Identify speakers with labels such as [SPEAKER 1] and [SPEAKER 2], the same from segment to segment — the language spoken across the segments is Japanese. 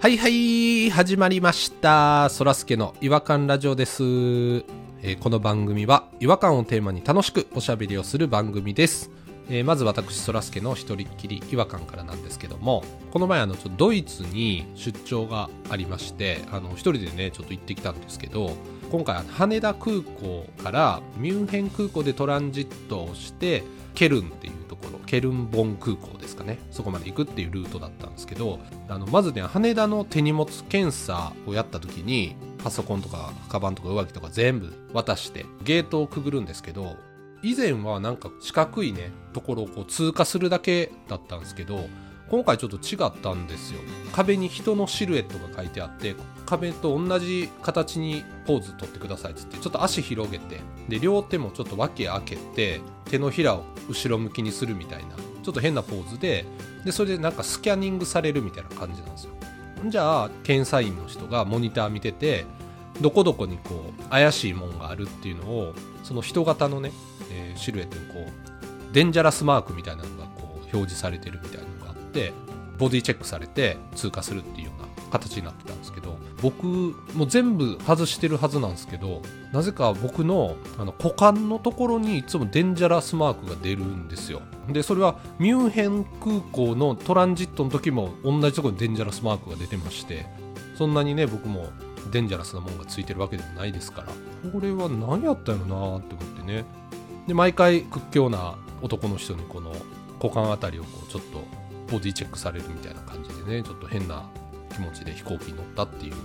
[SPEAKER 1] はいはい始まりましたそらすけの違和感ラジオです、えーこの番組は違和感をテーマに楽しくおしゃべりをする番組です、えーまず私そらすけの一人っきり違和感からなんですけどもこの前あのちょっとドイツに出張がありましてあの一人でねちょっと行ってきたんですけど今回あの羽田空港からミュンヘン空港でトランジットをしてケルンっていうところケルンボン空港ですかねそこまで行くっていうルートだったんですけどあのまずね羽田の手荷物検査をやった時にパソコンとかカバンとか上着とか全部渡してゲートをくぐるんですけど以前はなんか四角いねところをこう通過するだけだったんですけど今回ちょっと違ったんですよ壁に人のシルエットが書いてあって壁と同じ形にポーズ取ってくださいっつってちょっと足広げてで両手もちょっと脇開けて手のひらを後ろ向きにするみたいなちょっと変なポーズででそれでなんかスキャニングされるみたいな感じなんですよじゃあ検査員の人がモニター見ててどこどこにこう怪しいもんがあるっていうのをその人型のね、えーシルエットにこうデンジャラスマークみたいなのがこう表示されてるみたいなのがあってボディチェックされて通過するっていうような形になってたんですけど僕もう全部外してるはずなんですけどなぜか僕のあの股間のところにいつもデンジャラスマークが出るんですよでそれはミュンヘン空港のトランジットの時も同じところにデンジャラスマークが出てましてそんなにね僕もデンジャラスなもんがついてるわけでもないですからこれは何やったんやろなーって思ってねで毎回屈強な男の人にこの股間あたりをこうちょっとボディチェックされるみたいな感じでねちょっと変な気持ちで飛行機に乗ったっていう、ま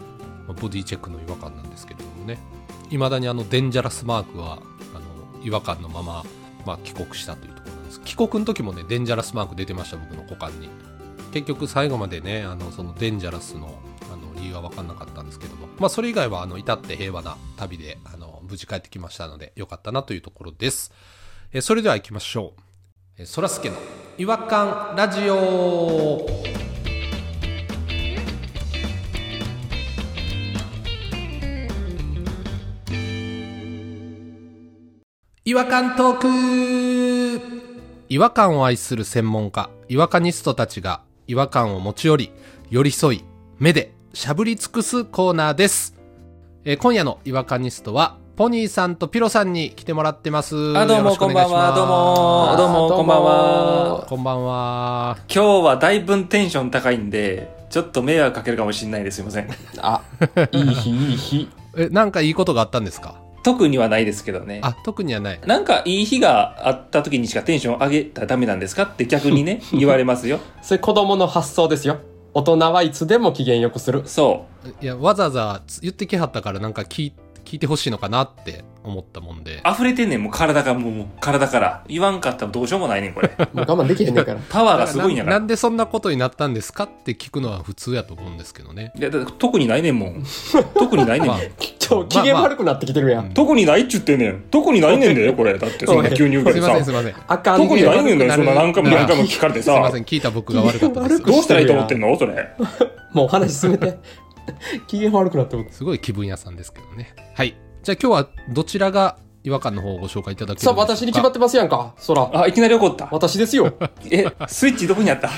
[SPEAKER 1] あボディチェックの違和感なんですけれどもねいまだにあのデンジャラスマークはあの違和感のまま、まあ、帰国したというところなんです帰国の時もねデンジャラスマーク出てました僕の股間に結局最後までねあのそのデンジャラスのあの理由は分かんなかったんですけども、まあ、それ以外はあの至って平和な旅であの無事帰ってきましたのでよかったなというところですえーそれでは行きましょうえーそらすけの違和感ラジオ違和感トーク違和感を愛する専門家、違和感ニストたちが違和感を持ち寄り、寄り添い、目でしゃぶり尽くすコーナーです。えー今夜の違和感ニストは、ポニーさんとピロさんに来てもらってます。
[SPEAKER 2] あ、どう
[SPEAKER 1] よろ
[SPEAKER 2] も、
[SPEAKER 1] しく
[SPEAKER 2] こ
[SPEAKER 1] お
[SPEAKER 2] ん
[SPEAKER 1] 願
[SPEAKER 2] ば
[SPEAKER 1] い
[SPEAKER 2] ん
[SPEAKER 1] しま
[SPEAKER 2] は。
[SPEAKER 1] す
[SPEAKER 2] どうも、どうも、
[SPEAKER 3] どうも
[SPEAKER 2] こんばんは。
[SPEAKER 1] こんばんは。
[SPEAKER 2] 今日はだいぶんテンション高いんで、ちょっと迷惑かけるかもしれないです。すいません。
[SPEAKER 3] あ、いい日、いい日。
[SPEAKER 1] え、なんかいいことがあったんですか
[SPEAKER 2] 特にはないですけどね。
[SPEAKER 1] あ、特にはない。
[SPEAKER 2] なんかいい日があった時にしかテンション上げたらダメなんですかって逆に ね、言われますよ。
[SPEAKER 3] それ子供の発想ですよ。大人はいつでも機嫌よくする。
[SPEAKER 2] そ
[SPEAKER 1] いや、わざわざつ言ってきはったからなんか聞い聞いてほしいのかなって思ったもんで。
[SPEAKER 2] う。溢れてんねん、もう体が、もう、もう体から。言わんかったらどうしようもないねん、こ れ。
[SPEAKER 3] もう我慢できへんねんから。
[SPEAKER 2] パワーがすごいんやか
[SPEAKER 1] な
[SPEAKER 2] ら。
[SPEAKER 1] なんでそんなことになったんですかって聞くのは普通やと思うんですけどね。
[SPEAKER 2] いやだ特にないねんも ん。特にないねん
[SPEAKER 1] ま
[SPEAKER 2] も
[SPEAKER 1] あ
[SPEAKER 2] ん。
[SPEAKER 3] 今日機嫌悪くなってきてるやん。
[SPEAKER 1] うん
[SPEAKER 2] 特にないっちゅってんねん。特にないねんだよ、これ。だって、そんな急に言う
[SPEAKER 1] す
[SPEAKER 2] け
[SPEAKER 1] い
[SPEAKER 2] ど
[SPEAKER 1] ません
[SPEAKER 2] さ
[SPEAKER 1] す。いません。す
[SPEAKER 3] あかん
[SPEAKER 2] 特にないねんだよ、
[SPEAKER 1] な
[SPEAKER 2] そ
[SPEAKER 1] る
[SPEAKER 2] んな何回も何回も聞かれて
[SPEAKER 1] いま
[SPEAKER 2] さ
[SPEAKER 1] せ。ん。聞いた僕が悪かったで
[SPEAKER 3] 悪
[SPEAKER 1] す。
[SPEAKER 3] く
[SPEAKER 2] どうしたらいいと思ってんのそれ。
[SPEAKER 3] もう話進めて。 機嫌悪くなっても。
[SPEAKER 1] すごい気分屋さんですけどね。はい。じゃあ今日はどちらが違和感の方をご紹介いただけるんです
[SPEAKER 3] さ
[SPEAKER 1] か
[SPEAKER 3] あ、私に決まってますやんか。そら。
[SPEAKER 2] あ、いきなり怒 った。
[SPEAKER 3] 私ですよ。
[SPEAKER 2] え、スイッチどこにあった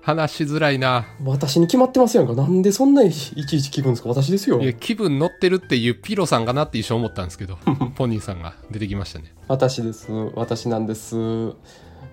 [SPEAKER 1] 話しづらいな。
[SPEAKER 3] 私に決まってますやんか。なんでそんないちいち気分ですか私ですよ
[SPEAKER 1] い。や、気分乗ってるっていうピロさんかなって一瞬思ったんですけ ど、ポニーさんが出てきましたね。
[SPEAKER 3] 私です。私なんです。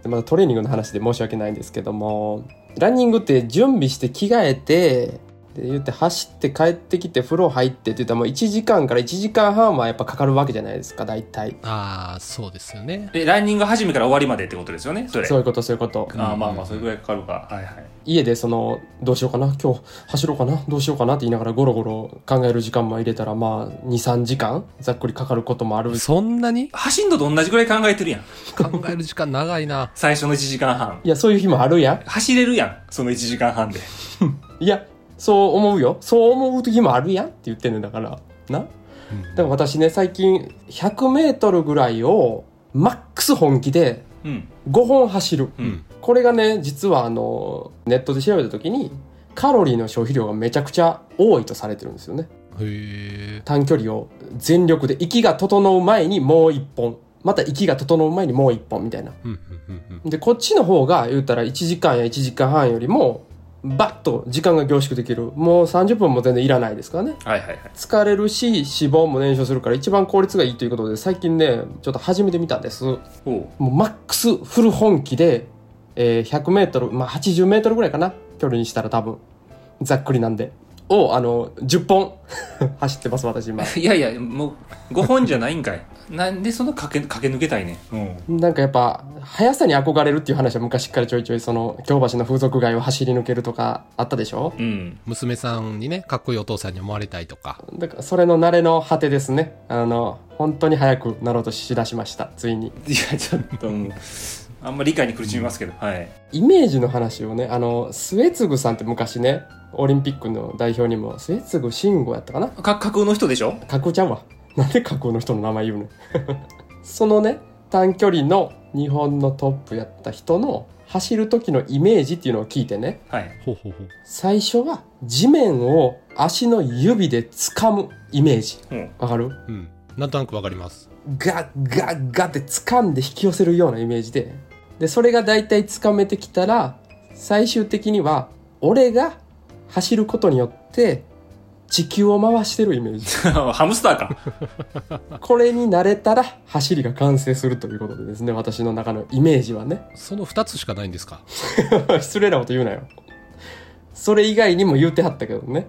[SPEAKER 3] でまだトレーニングの話で申し訳ないんですけども、ランニングって準備して着替えて、で言って走って帰ってきて風呂入ってって言ったらもう1時間から1時間半はやっぱかかるわけじゃないですか、大体。
[SPEAKER 1] ああ、そうですよね。
[SPEAKER 2] え、ランニング始めから終わりまでってことですよねそれ。
[SPEAKER 3] そういうこと、そういうこと。
[SPEAKER 2] あーまあまあ、それぐらいかかるか。はいはい。
[SPEAKER 3] 家でその、どうしようかな、今日走ろうかな、どうしようかなって言いながらゴロゴロ考える時間も入れたらまあ2、3時間ざっくりかかることもある。
[SPEAKER 1] そんなに
[SPEAKER 2] 走んのと同じぐらい考えてるやん。
[SPEAKER 1] 考える時間長いな。
[SPEAKER 2] 最初の1時間半。
[SPEAKER 3] いや、そういう日もあるやん。
[SPEAKER 2] 走れるやん。その1時間半で。
[SPEAKER 3] いや、そう思うよ。そう思う時もあるやんって言ってんねんだから。なだから私ね、最近100メートルぐらいをマックス本気で
[SPEAKER 2] うん。
[SPEAKER 3] 5本走る。
[SPEAKER 2] うん。
[SPEAKER 3] これがね、実はあの、ネットで調べた時に、カロリーの消費量がめちゃくちゃ多いとされてるんですよね。
[SPEAKER 1] へえ。
[SPEAKER 3] 短距離を全力で息が整う前にもう1本。また息が整う前にもう1本みたいな。
[SPEAKER 1] うんうんうんうん
[SPEAKER 3] で、こっちの方が言うたら1時間や1時間半よりもバッと時間が凝縮できるもう30分も全然いらないですからね
[SPEAKER 2] はいはいはい。
[SPEAKER 3] 疲れるし脂肪も燃焼するから一番効率がいいということで最近ねちょっと始めてみたんですも
[SPEAKER 2] おう
[SPEAKER 3] うマックスフル本気で、えー 100m、まあ、80m ぐらいかな距離にしたら多分ざっくりなんでをあの10本 走ってます私今
[SPEAKER 2] いやいや、もう、5本じゃないんかい。なんでそんな駆け駆け抜けたいね。うん。
[SPEAKER 3] なんかやっぱ速さに憧れるっていう話は昔からちょいちょいその京橋の風俗街を走り抜けるとかあったでしょ
[SPEAKER 2] うん。
[SPEAKER 1] 娘さんにねかっこいいお父さんに思われたいとか
[SPEAKER 3] だからそれの慣れの果てですねあの本当に速くなろうとしだしましたついに
[SPEAKER 2] いや、ちょっともう、 あんま理解に苦しみますけど、はい。
[SPEAKER 3] イメージの話をねあの末次さんって昔ねオリンピックの代表にも末次慎吾やったかな
[SPEAKER 2] か架空の人でしょ
[SPEAKER 3] 架空ちゃうわなんで架空の人の名前言うの そのね短距離の日本のトップやった人の走る時のイメージっていうのを聞いてね
[SPEAKER 2] はい。
[SPEAKER 1] ほうほうほう
[SPEAKER 3] 最初は地面を足の指で掴むイメージ
[SPEAKER 2] うん。
[SPEAKER 3] わかる
[SPEAKER 1] うんなんとなくわかります
[SPEAKER 3] ガッガッガッって掴んで引き寄せるようなイメージででそれが大体掴めてきたら最終的には俺が走ることによって地球を回してるイメージ
[SPEAKER 2] ハムスターか。
[SPEAKER 3] これに慣れたら走りが完成するということでですね私の中のイメージはね
[SPEAKER 1] その2つしかないんですか
[SPEAKER 3] 失礼なこと言うなよそれ以外にも言うてはったけどね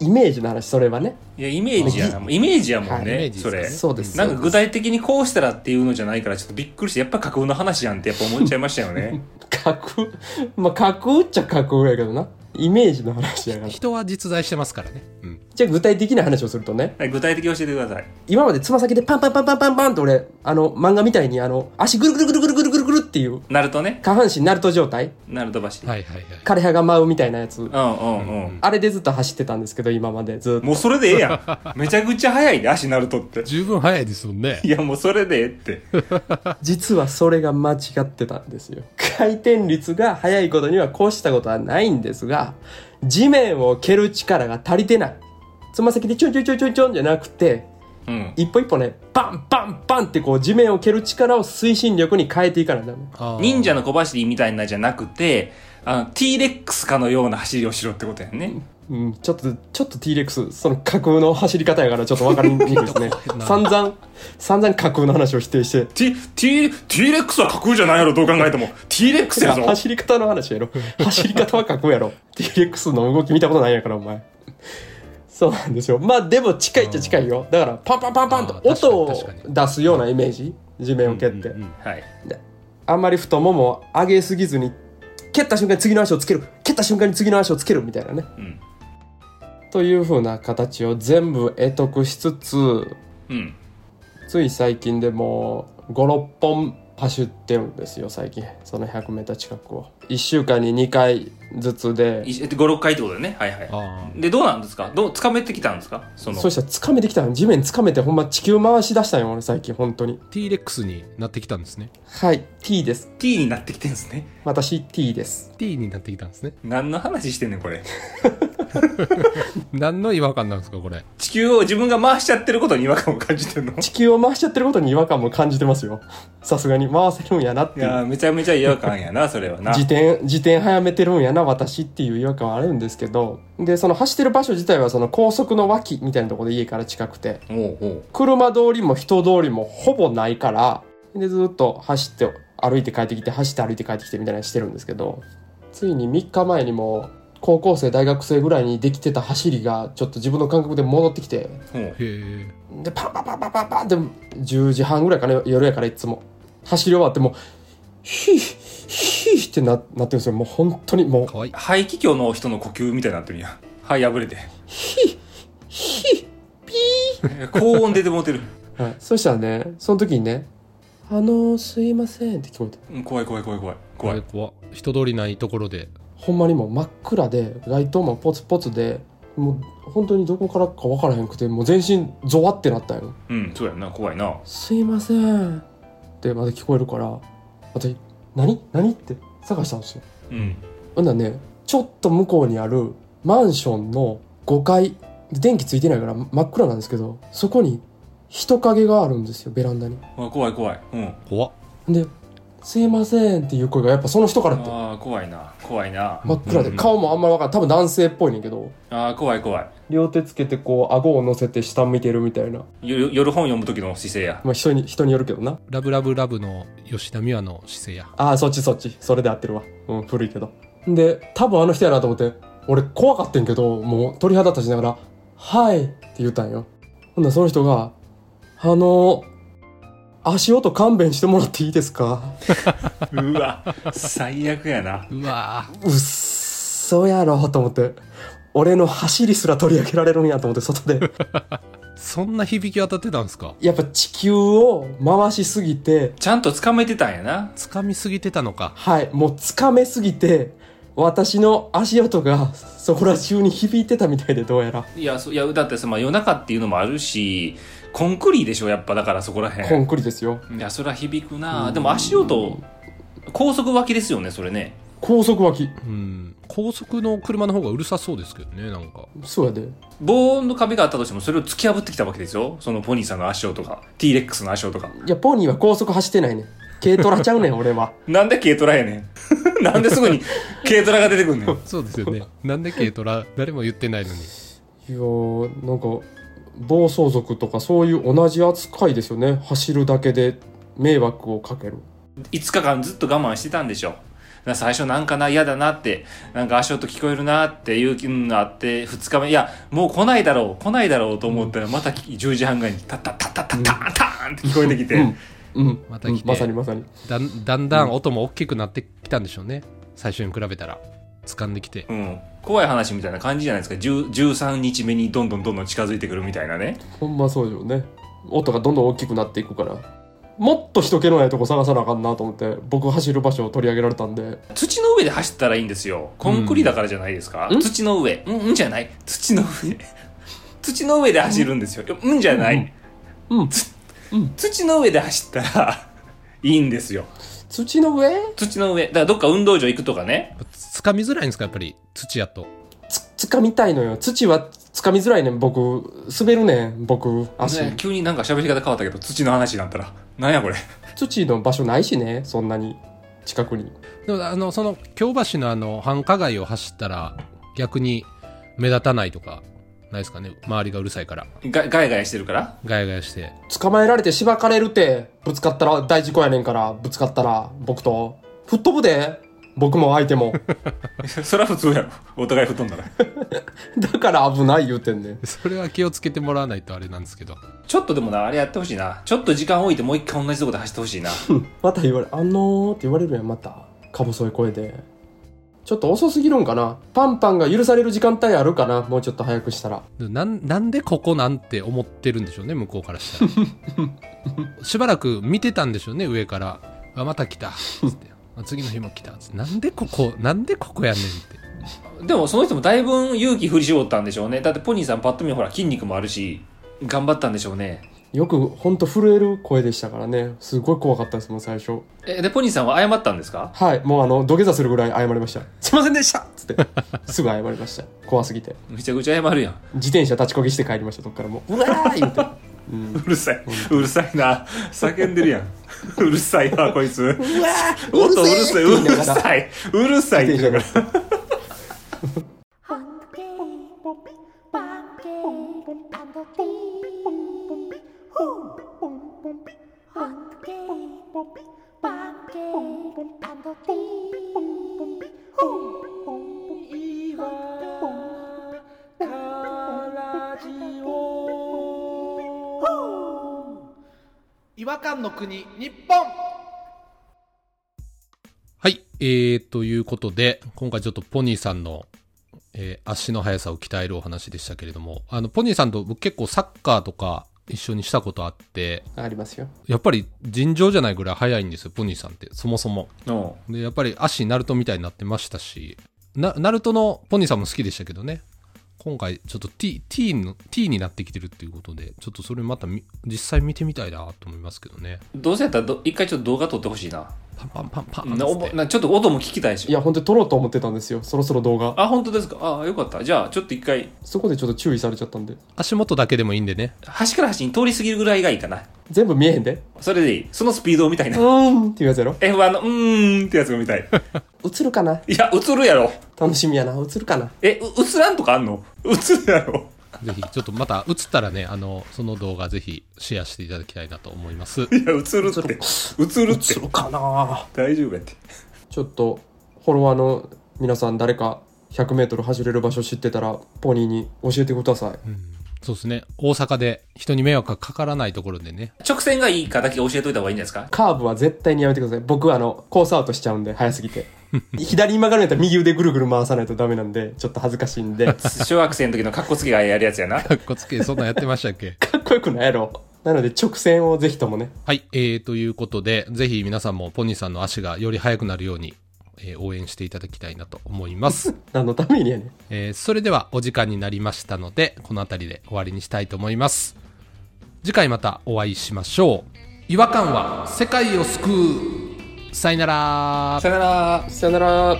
[SPEAKER 3] イメージの話それはね
[SPEAKER 2] いや、イメージやな。イメージやもん
[SPEAKER 1] はいイメ
[SPEAKER 2] ね、
[SPEAKER 1] ージ
[SPEAKER 2] それ。
[SPEAKER 1] ですね
[SPEAKER 3] そうです
[SPEAKER 2] なんか
[SPEAKER 3] そう
[SPEAKER 2] 具
[SPEAKER 3] です
[SPEAKER 2] 体的にこうしたらっていうのじゃないからちょっとびっくりしてやっぱ架空の話やんってやっぱ思っちゃいました よね
[SPEAKER 3] 架空まあ架空っちゃ架空やけどなイメージの話やから
[SPEAKER 1] 人は実在してますからねうん
[SPEAKER 3] じゃあ具体的な話をするとね
[SPEAKER 2] はい具体的に教えてください
[SPEAKER 3] 今までつま先でパンパンパンパンパンパンって俺、あの、漫画みたいにあの、足ぐるぐるぐるぐるぐるぐるぐるっていう、
[SPEAKER 2] ナルトね
[SPEAKER 3] 下半身ナルト状態、
[SPEAKER 2] ナルト橋、
[SPEAKER 1] はいはいはい
[SPEAKER 3] 枯葉が舞うみたいなやつ、
[SPEAKER 2] うんうんうん、
[SPEAKER 3] あれでずっと走ってたんですけど、今までずっと。
[SPEAKER 2] もうそれでええやんめちゃくちゃ速いで足ナルトって
[SPEAKER 1] 十分早いですもんね
[SPEAKER 2] いやもうそれでええって
[SPEAKER 3] 実はそれが間違ってたんですよ。回転率が速いことには越したことはないんですが、地面を蹴る力が足りてない。つま先でちょんちょんちょんちょんちょんじゃなくて、
[SPEAKER 2] うん
[SPEAKER 3] 一歩一歩ね、バンバンバンってこう地面を蹴る力を推進力に変えていかないとダメ。
[SPEAKER 1] あー。
[SPEAKER 2] 忍者の小走りみたいなじゃなくてあの T レックスかのような走りをしろってことやんね
[SPEAKER 3] うん、ちょっと、ちょっと T-Rex、その架空の走り方やからちょっと分かりにくいですね
[SPEAKER 1] な
[SPEAKER 3] 散々、散々架空の話を否定して、
[SPEAKER 2] T, T, T レックスは架空じゃないやろどう考えても T レックスや ぞ
[SPEAKER 3] 走り方の話やろ。走り方は架空やろ。T-Rex の動き見たことないんやから、お前。そうなんですよ。まあでも近いっちゃ近いよ。だから、パンパンパンパンと
[SPEAKER 1] あー
[SPEAKER 3] 音を
[SPEAKER 1] 確かに確か
[SPEAKER 3] 出すようなイメージ。地面を蹴って。
[SPEAKER 1] うんうん
[SPEAKER 2] はい
[SPEAKER 3] あんまり太ももを上げすぎずに、蹴った瞬間に次の足をつける。蹴った瞬間に次の足をつけるみたいなね。
[SPEAKER 2] うん
[SPEAKER 3] というふうな形を全部得得しつつ、
[SPEAKER 2] うん
[SPEAKER 3] つい最近でもう56本走ってるんですよ最近その 100m 近くを1週間に2回ずつで
[SPEAKER 2] 56回ってことだよねはいはい
[SPEAKER 1] あ
[SPEAKER 2] でどうなんですかどうつかめてきたんですかその
[SPEAKER 3] そしたら掴めてきたの地面掴めてほんま地球回し出したんよ俺最近本当
[SPEAKER 1] ー
[SPEAKER 3] に
[SPEAKER 1] T レックスになってきたんですね
[SPEAKER 3] はい T です
[SPEAKER 2] T になってきてんですね
[SPEAKER 3] 私 T です
[SPEAKER 1] T になってきたんですね
[SPEAKER 2] 何の話してんねんこれ
[SPEAKER 1] 何の違和感なんですかこれ
[SPEAKER 2] 地球を自分が回しちゃってることに違和感を感じてんの
[SPEAKER 3] 地球を回しちゃってることに違和感も感じてますよさすがに回せるんやなっ
[SPEAKER 2] い
[SPEAKER 3] ていう
[SPEAKER 2] やーめちゃめちゃ違和感やなそれはな
[SPEAKER 3] 自転自転早めてるんやな私っていう違和感はあるんですけどでその走ってる場所自体はその高速の脇みたいなところで家から近くて
[SPEAKER 2] おうおう
[SPEAKER 3] 車通りも人通りもほぼないからでずっと走って歩いて帰ってきて走って歩いて帰ってきてみたいなのしてるんですけどついに3日前にも高校生大学生ぐらいにできてた走りがちょっと自分の感覚で戻ってきて
[SPEAKER 2] おう
[SPEAKER 1] へ
[SPEAKER 3] でパンパンパンパンパンパンって10時半ぐらいかな夜やからいつも走り終わってもうヒーヒーってななってるんですよもう本当にも
[SPEAKER 1] え
[SPEAKER 3] う
[SPEAKER 1] かわいい
[SPEAKER 2] 排気胸の人の呼吸みたいになってるんや肺破れて
[SPEAKER 3] ヒ
[SPEAKER 2] 高音出てもうてる
[SPEAKER 3] ー、はい、そしたらねその時にね「あのー、すいません」って聞こえて
[SPEAKER 2] うん怖い怖い怖い怖い怖
[SPEAKER 1] 怖い
[SPEAKER 2] い
[SPEAKER 1] 怖い人通りないところで
[SPEAKER 3] ほんまにもう真っ暗で街灯もポツポツでもう本当にどこからか分からへんくてもう全身ゾワってなったんよ
[SPEAKER 2] うんそうやんな怖いな
[SPEAKER 3] 「すいません」ってまた聞こえるから私「何何?」って探したんですよ
[SPEAKER 2] うん
[SPEAKER 3] ほんならねちょっと向こうにあるマンションの5階で電気ついてないから真っ暗なんですけどそこに人影があるんですよベランダに
[SPEAKER 2] あ怖い怖いうん
[SPEAKER 1] 怖っ
[SPEAKER 3] ですいませんっていう声がやっぱその人からって
[SPEAKER 2] ああ怖いな怖いな
[SPEAKER 3] 真っ暗で
[SPEAKER 2] うん
[SPEAKER 3] 顔もあんまり分からん多分男性っぽいねんけど
[SPEAKER 2] ああ怖い怖い
[SPEAKER 3] 両手つけてこう顎を乗せて下見てるみたいな
[SPEAKER 2] よ夜本読む時の姿勢や
[SPEAKER 3] まあ人に人によるけどな
[SPEAKER 1] ラブラブラブの吉田美和の姿勢や。
[SPEAKER 3] ああそっちそっちそれで合ってるわうん古いけどで多分あの人やなと思って俺怖かってんけどもう鳥肌立ちながら「はい」って言ったんよほんならその人が「あの足音勘弁してもらっていいですか?」
[SPEAKER 2] うわ最悪やな
[SPEAKER 1] うわ
[SPEAKER 3] うっそやろと思って俺の走りすら取り上げられるんやと思って外で
[SPEAKER 1] ぁそんな響き渡ってたんですか
[SPEAKER 3] やっぱ地球を回しすぎて
[SPEAKER 2] ちゃんと掴めてたんやな
[SPEAKER 1] 掴みすぎてたのか。
[SPEAKER 3] はいもうつかめすぎて私の足音がそこら中に響いてたみたいでどうやら
[SPEAKER 2] いやそいやだってさ、まあ、夜中っていうのもあるしコンクリでしょやっぱだからそこらへ
[SPEAKER 3] コ
[SPEAKER 2] ん
[SPEAKER 3] ンクリですよ
[SPEAKER 2] いやそりゃ響くなでも足音高速脇ですよねそれね
[SPEAKER 3] 高速脇
[SPEAKER 1] うん。高速の車の方がうるさそうですけどね、なんか。
[SPEAKER 3] そうやで
[SPEAKER 2] 防音の壁があったとしてもそれを突き破ってきたわけですよそのポニーさんの足音が T レックスの足音が
[SPEAKER 3] いやポニーは高速走ってないねん軽トラちゃ うねん俺は
[SPEAKER 2] なんで軽トラやねん なんですぐに軽トラが出てくんねん
[SPEAKER 1] そうですよね。 なんで軽トラ、誰も言ってないのに。
[SPEAKER 3] いやーなんか暴走族とかそういう同じ扱いですよね走るだけで迷惑をかける
[SPEAKER 2] 5日間ずっと我慢してたんでしょだから最初なんかな嫌だなってなんか足音聞こえるなっていうのがあって2日目いやもう来ないだろう来ないだろうと思ったらまた10時半ぐらいにタッタッタッタッタッターンターンって聞こえてきて、
[SPEAKER 3] うんうん、
[SPEAKER 1] また来て
[SPEAKER 3] うんまさにまさに
[SPEAKER 1] だんだんだん音も大きくなってきたんでしょうね。最初に比べたら。掴んできて。
[SPEAKER 2] うん、怖い話みたいな感じじゃないですか10 13日目にどんどんどんどん近づいてくるみたいなね
[SPEAKER 3] ほんまそうよね音がどんどん大きくなっていくからもっと人気のないとこ探さなあかんなと思って僕走る場所を取り上げられたんで
[SPEAKER 2] 土の上で走ったらいいんですよコンクリだからじゃないですか、
[SPEAKER 3] うん
[SPEAKER 2] 土の上うんうんじゃない土の上 土の上で走るんですようんうんじゃない、
[SPEAKER 3] うん
[SPEAKER 2] 土の上で走ったらいいんですよ
[SPEAKER 3] 土の上
[SPEAKER 2] 土の上だからどっか運動場行くとかね
[SPEAKER 1] 掴みづらいんですか、やっぱり。土やと。
[SPEAKER 3] つ掴みたいのよ土は掴みづらいねん僕滑るねん僕足、
[SPEAKER 2] ね急になんか喋り方変わったけど土の話になったらなんやこれ
[SPEAKER 3] 土の場所ないしねそんなに近くに
[SPEAKER 1] でも、あの、その、京橋のあの、繁華街を走ったら、逆に目立たないとか、ないですかね。周りがうるさいから。
[SPEAKER 2] がガヤガヤしてるから
[SPEAKER 1] ガヤガヤして。
[SPEAKER 3] 捕まえられてしばかれるてぶつかったら大事故やねんからぶつかったら僕と吹っ飛ぶで僕も相手も
[SPEAKER 2] そりゃ普通やろお互い吹っ飛んだら
[SPEAKER 3] だから危ない言うてんねん
[SPEAKER 1] それは気をつけてもらわないとあれなんですけど。
[SPEAKER 2] ちょっとでもなあれやってほしいなちょっと時間置いてもう一回同じとこで走ってほしいな
[SPEAKER 3] また言われ「あのー」って言われるやんまたか細い声でちょっと遅すぎるんかなパンパンが許される時間帯あるかなもうちょっと早くしたら
[SPEAKER 1] なんなんでここなんて思ってるんでしょうね向こうからしたらしばらく見てたんでしょうね上から「あまた来た」つってあ「次の日も来た」つって「なんでここなんでここやねん」って
[SPEAKER 2] でもその人もだいぶ勇気振り絞ったんでしょうねだってポニーさんパッと見ほら筋肉もあるし頑張ったんでしょうね
[SPEAKER 3] よくほんと震える声でしたからねすごい怖かったですもん最初
[SPEAKER 2] えでポニーさんは謝ったんですか
[SPEAKER 3] はいもうあの土下座するぐらい謝りました「すいませんでした!」っつって すぐ謝りました怖すぎて
[SPEAKER 2] めちゃくちゃ謝るやん
[SPEAKER 3] 自転車立ちこぎして帰りましたそっからもううわー言うて、うん、
[SPEAKER 2] うるさい、うるさいな叫んでるやん うるさいわこいつうわ音うるさいうるさいうるさいって言うから
[SPEAKER 4] Hunky,
[SPEAKER 5] 違和感の国日本
[SPEAKER 1] はいえー、ということで今回ちょっとポニーさんの、えー足の速さを鍛えるお話でしたけれどもあのポニーさんと僕結構サッカーとか一緒にしたことあって
[SPEAKER 3] ありますよ
[SPEAKER 1] やっぱり尋常じゃないぐらい速いんですよポニーさんってそもそも
[SPEAKER 2] お
[SPEAKER 1] でやっぱり足ナルトみたいになってましたしなナルトのポニーさんも好きでしたけどね今回ちょっと T, T, の T になってきてるっていうことでちょっとそれまたみ実際見てみたいなと思いますけどね
[SPEAKER 2] うどうせやったらど一回ちょっと動画撮ってほしいな
[SPEAKER 1] パンパンパンパン
[SPEAKER 2] な
[SPEAKER 1] つ
[SPEAKER 2] お
[SPEAKER 1] っ
[SPEAKER 2] ぼ
[SPEAKER 1] て
[SPEAKER 2] なちょっと音も聞きたいし
[SPEAKER 3] いや、本当に撮ろうと思ってたんですよ。そろそろ動画。
[SPEAKER 2] あ本当ですかあよかったじゃあちょっと一回
[SPEAKER 3] そこでちょっと注意されちゃったんで。
[SPEAKER 1] 足元だけでもいいんでね
[SPEAKER 2] 端から端に通り過ぎるぐらいがいいかな
[SPEAKER 3] 全部見えへんで。
[SPEAKER 2] それでいいそのスピードを見たいうな、
[SPEAKER 3] ーんっていうやつやろ。
[SPEAKER 2] F1 のうーんってやつが見たい
[SPEAKER 3] 映るかない
[SPEAKER 2] や映るやろ
[SPEAKER 3] 楽しみやな。映るかな
[SPEAKER 2] えう映らんとかあんの映るやろ
[SPEAKER 1] ぜひちょっとまた映ったらねあのその動画ぜひシェアしていただきたいなと思い ます
[SPEAKER 2] いや映るって映るって
[SPEAKER 3] るかな
[SPEAKER 2] 大丈夫やって
[SPEAKER 3] ちょっと、フォロワーの皆さん誰か100メートル走れる場所知ってたら、ポニーに教えてください。
[SPEAKER 1] そうですね大阪で人に迷惑がかからないところでね
[SPEAKER 2] 直線がいいかだけ教えといた方がいいんじゃないですか
[SPEAKER 3] カーブは絶対にやめてください。僕はあの、コースアウトしちゃうんで、早すぎ て。左に曲がるんやったら右腕ぐるぐる回さないとダメなんで、ちょっと恥ずかしいんで、か
[SPEAKER 2] 小学生の時の格好つけがやるやつやな
[SPEAKER 1] かっこつけそんなんやってましたっけ
[SPEAKER 3] っこよくないやろ。なので直線をぜひともね、
[SPEAKER 1] はいえー、ということでぜひ皆さんもポニーさんの足がより速くなるように、えー応援していただきたいなと思います、
[SPEAKER 3] 何のためにやねん。
[SPEAKER 1] えーそれではお時間になりましたのでこの辺りで終わりにしたいと思います次回またお会いしましょう違和感は世界を救うさよなら
[SPEAKER 2] さよなら
[SPEAKER 3] さよなら。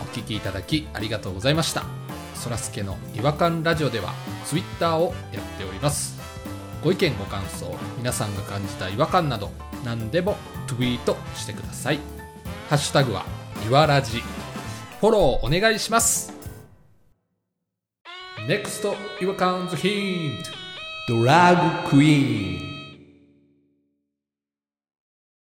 [SPEAKER 1] お聞きいただきありがとうございましたそらすけの違和感ラジオではツイッターをやっておりますご意見ご感想皆さんが感じた違和感など何でもツイートしてくださいハッシュタグはいわらじフォローお願いします NEXT 違和感ズヒントドラッグクイーン